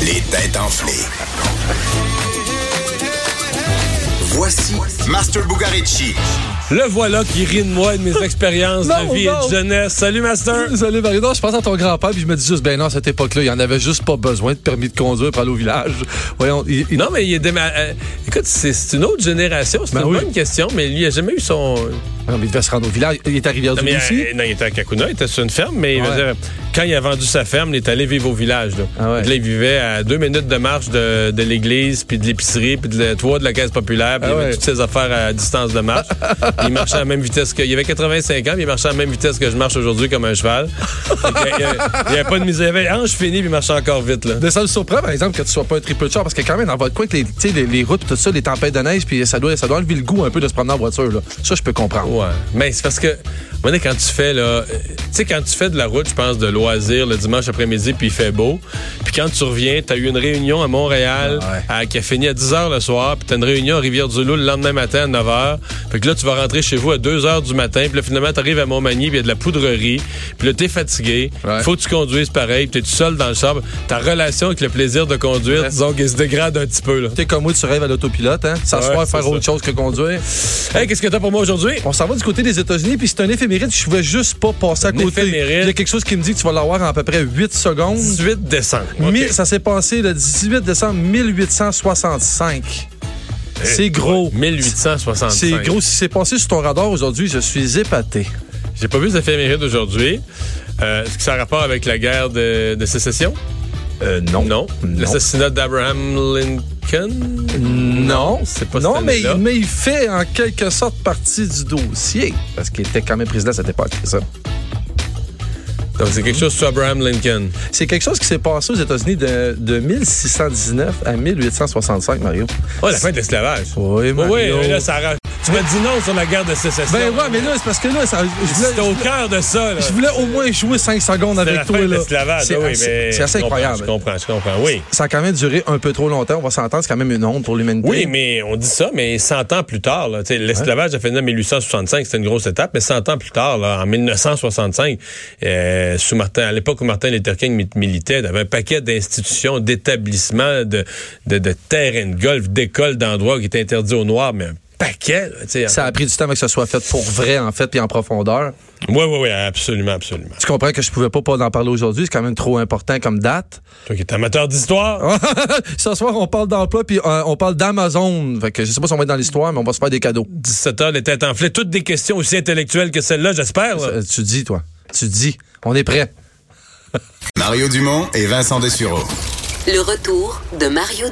Les têtes enflées. Voici Master Bugarici. Le voilà qui rit de moi et de mes expériences Non, de vie et non. de jeunesse. Salut, Master! Salut Marie. Non, je pense à ton grand-père puis je me dis juste, ben non, à cette époque-là, il en avait juste pas besoin de permis de conduire pour aller au village. Voyons, il- il- Non, mais il est déma- euh, Écoute, c'est c'est une autre génération. C'est Ben une oui. bonne question, mais lui, il a jamais eu son. non, mais il devait se rendre au village. Il est arrivé à Non, mais, Rivière-du-Loup aussi. euh, non, il était à Kakuna, il était sur une ferme, mais Ouais. je veux dire, quand il a vendu sa ferme, il est allé vivre au village. Là, Ah ouais. Puis là, il vivait à deux minutes de marche de, de l'église, puis de l'épicerie, puis de la toit de la caisse populaire, puis Ah il avait ouais. toutes ses affaires à distance de marche. Puis il marchait à la même vitesse que. Il avait 85 ans, puis il marchait à la même vitesse que je marche aujourd'hui comme un cheval. Fait que, il n'y avait pas de misère. Il avait hanche finie, puis il marchait encore vite. Là. Mais ça me surprend, par exemple, que tu sois pas un triple char, parce que quand même, dans votre coin, avec les, tu sais, les, les routes, tout ça, les tempêtes de neige, puis ça doit, ça doit enlever le goût un peu de se promener en voiture. Là. Ça, je peux comprendre. Ouais. Mais c'est parce que, à un moment donné, quand tu fais, là, euh, tu sais, quand tu fais de la route, je pense, de loisirs le dimanche après-midi, puis il fait beau. Puis quand tu reviens, t'as eu une réunion à Montréal Ah ouais. à- qui a fini à 10 h le soir, puis t'as une réunion à Rivière-du-Loup le lendemain matin à 9 h. Puis que là, tu vas rentrer chez vous à 2 h du matin, puis là, finalement, t'arrives à Montmagny, puis il y a de la poudrerie, puis là, t'es fatigué. Ouais. Faut que tu conduises pareil, puis t'es tout seul dans le sable. Ta relation avec le plaisir de conduire, Ouais. disons qu'elle se dégrade un petit peu, là. Tu sais, comme moi, tu rêves à l'autopilote, hein? S'asseoir, Ouais, c'est faire ça. autre chose que conduire. Hey, qu'est-ce que t'as pour moi aujourd'hui? On s'en va du côté des États-Unis, puis c'est un éphéméride, je pouvais juste pas passer à Un côté. éphéméride. Il y a quelque chose qui me dit que tu vas l'avoir en à peu près 8 secondes. 18 décembre. Mille- Ça s'est passé le 18 décembre 1865. C'est gros. 1865. C'est gros. Si c'est passé sur ton radar aujourd'hui, je suis épaté. J'ai pas vu les éphémérides aujourd'hui. Euh, Est-ce que ça a rapport avec la guerre de, de sécession? non. Non. Non. L'assassinat d'Abraham Lincoln? Non, c'est pas Non, cette mais, année-là. mais il fait en quelque sorte partie du dossier. Parce qu'il était quand même président à cette époque, c'est ça. Donc, c'est quelque chose sur Abraham Lincoln. C'est quelque chose qui s'est passé aux États-Unis de, de 1619 à 1865, Mario. Oh, la fin de l'esclavage. Oui, Oui, Mario. oui, là, ça ra- Tu m'as dit non sur la guerre de sécession. Ben ouais, mais là, c'est parce que là, ça, je C'était voulais, au cœur de ça. là. je voulais au moins jouer 5 secondes C'était avec la toi. fin de là. l'esclavage. Ah C'est oui, assez- mais c'est assez je comprends, incroyable. Je comprends, je comprends. Oui. ça a quand même duré un peu trop longtemps. On va s'entendre, c'est quand même une honte pour l'humanité. Oui, mais on dit ça, mais 100 ans plus tard, là, tu sais, l'esclavage a fini en 1865, c'était une grosse étape, mais 100 ans plus tard, là, en 1965, euh, sous Martin, à l'époque où Martin Luther King mi- militait, il y avait un paquet d'institutions, d'établissements, de, de, de terrains de golf, d'écoles, d'endroits qui étaient interdits aux Noirs, mais un paquet, là, tu sais. Ça a pris du temps avant que ce soit fait pour vrai, en fait, puis en profondeur. Oui, oui, oui, absolument, absolument. Tu comprends que je pouvais pas, pas en parler aujourd'hui. C'est quand même trop important comme date. Toi qui es amateur d'histoire, Ah. ce soir, on parle d'emploi, puis euh, on parle d'Amazon. Fait que je sais pas si on va être dans l'histoire, mais on va se faire des cadeaux. 17 heures, les têtes enflées, toutes des questions aussi intellectuelles que celle-là, j'espère. là. Euh, tu dis, toi. Tu dis. On est prêt. Mario Dumont et Vincent Dessureau. Le retour de Mario